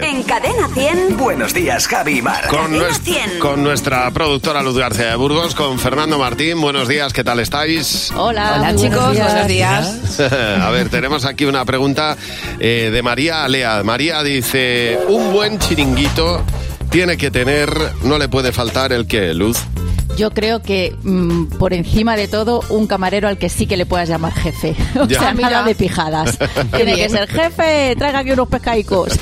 En Cadena 100. Buenos días, Javi y Mar. Con, Cadena nues- 100. con nuestra productora Luz García de Burgos, con Fernando Martín. Buenos días, ¿qué tal estáis? Hola, Hola, muy chicos, buenos días. A ver, tenemos aquí una pregunta eh, de María Alea. María dice, un buen chiringuito tiene que tener, no le puede faltar el que, Luz. Yo creo que mm, por encima de todo, un camarero al que sí que le puedas llamar jefe. O Ya. sea, Mira. nada de pijadas. Tiene que bien. ser jefe, traiga aquí unos pescaicos.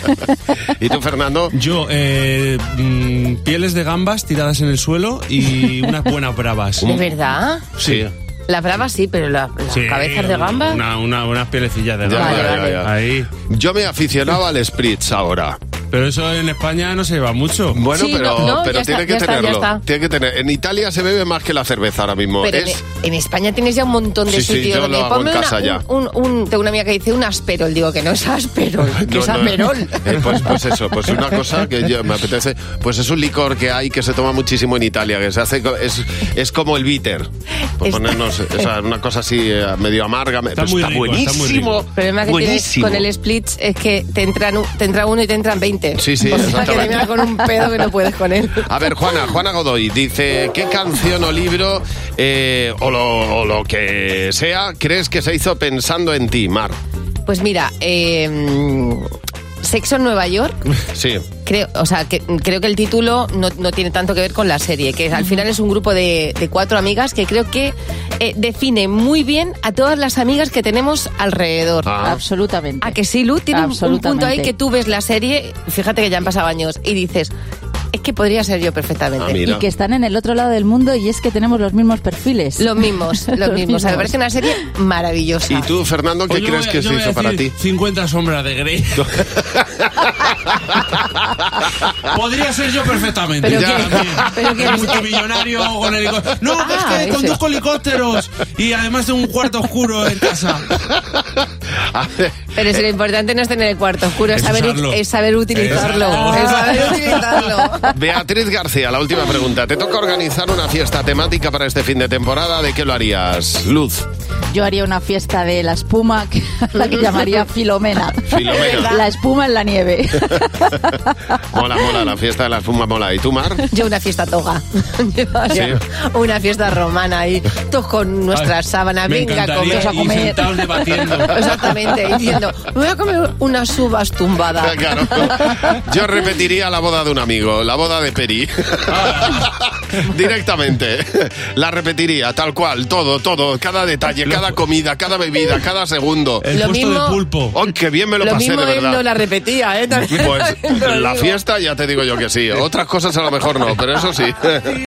¿Y tú, Fernando? Yo, eh, mm, pieles de gambas tiradas en el suelo y unas buenas bravas. ¿De verdad? Sí. Las bravas sí, pero la- las Sí, cabezas de gamba. Una, una- unas pielecillas de Ya, gamba. ya, ya, ya. Ahí. Yo me aficionaba al spritz ahora. Pero eso en España no se lleva mucho. Bueno, Sí, pero, no, no, pero ya tiene está, que ya está, ya tenerlo. está. Tiene que tener. En Italia se bebe más que la cerveza ahora mismo. Pero en, es en España tienes ya un montón de Sí, sí, sitios. yo donde- lo hago en Ponme una- casa ya. Un, un- un- tengo una amiga que dice un asperol. Digo que no es asperol, que No, es no, aperol. eh, pues, pues eso, pues una cosa que yo me apetece, pues es un licor que hay que se toma muchísimo en Italia, que se hace, co- es, es como el bitter, por Está- ponernos o sea, una cosa así eh, medio amarga, me- Está pues muy está rico, está muy buenísimo. rico. El problema que buenísimo. tienes con el split es que te, entran, un- te entra uno y te entran 20. Sí, sí, O sea, que te exactamente. viene con un pedo que no puedes con él. A ver, Juana, Juana Godoy dice, ¿qué canción o libro eh, o, lo, o lo que sea crees que se hizo pensando en ti, Mar? Pues mira, eh, Sexo en Nueva York. Sí, Creo, o sea, que, creo que el título no, no tiene tanto que ver con la serie, que al final es un grupo de, de cuatro amigas que creo que eh, define muy bien a todas las amigas que tenemos alrededor. Ah. Absolutamente. A que sí, Lu, tiene un- un, punto ahí Absolutamente. que tú ves la serie, fíjate que ya han pasado años, y dices, es que podría ser yo perfectamente. Ah, mira. Y que están en el otro lado del mundo y es que tenemos los mismos perfiles. Los mismos, los, Los mismos. O mismos. sea, me parece una serie maravillosa. ¿y tú, Fernando, qué Pues yo crees voy a- que yo se voy a hizo para ti? decir 50 sombras de Grey. Podría ser yo perfectamente. Pero Ya, ¿qué? también. ¿Pero qué? Multimillonario con helicóptero. No, que Ah, es que ese. conduzco helicópteros y además tengo un cuarto oscuro en casa. A ver, Pero si lo importante no es tener el cuarto oscuro, es, Es saber, usarlo. es saber utilizarlo. Exacto. Es saber utilizarlo. Beatriz García, la última pregunta. Te toca organizar una fiesta temática para este fin de temporada. ¿De qué lo harías? Luz. Yo haría una fiesta de la espuma, que- a la que llamaría Filomena. Filomena. La espuma en la nieve. Mola, mola, la fiesta de la espuma mola. ¿Y tú, Mar? Yo una fiesta toga. O sea, Una fiesta romana ahí, todos con nuestras sábanas, Me venga, encantaría comer. a y comer. sentados debatiendo. Exactamente, diciendo, me voy a comer unas uvas tumbadas. Claro. Yo repetiría la boda de un amigo, la boda de Peri. Ah. Directamente. La repetiría, tal cual, todo, todo, cada detalle, cada comida, cada bebida, cada segundo. El Lo puesto mismo- de pulpo. ¡Oh, qué bien me lo, Lo pasé, mismo de él verdad! no la repetía, ¿eh? También- Pues Lo la digo. fiesta ya te digo yo que sí. Otras cosas a lo mejor no, pero eso sí.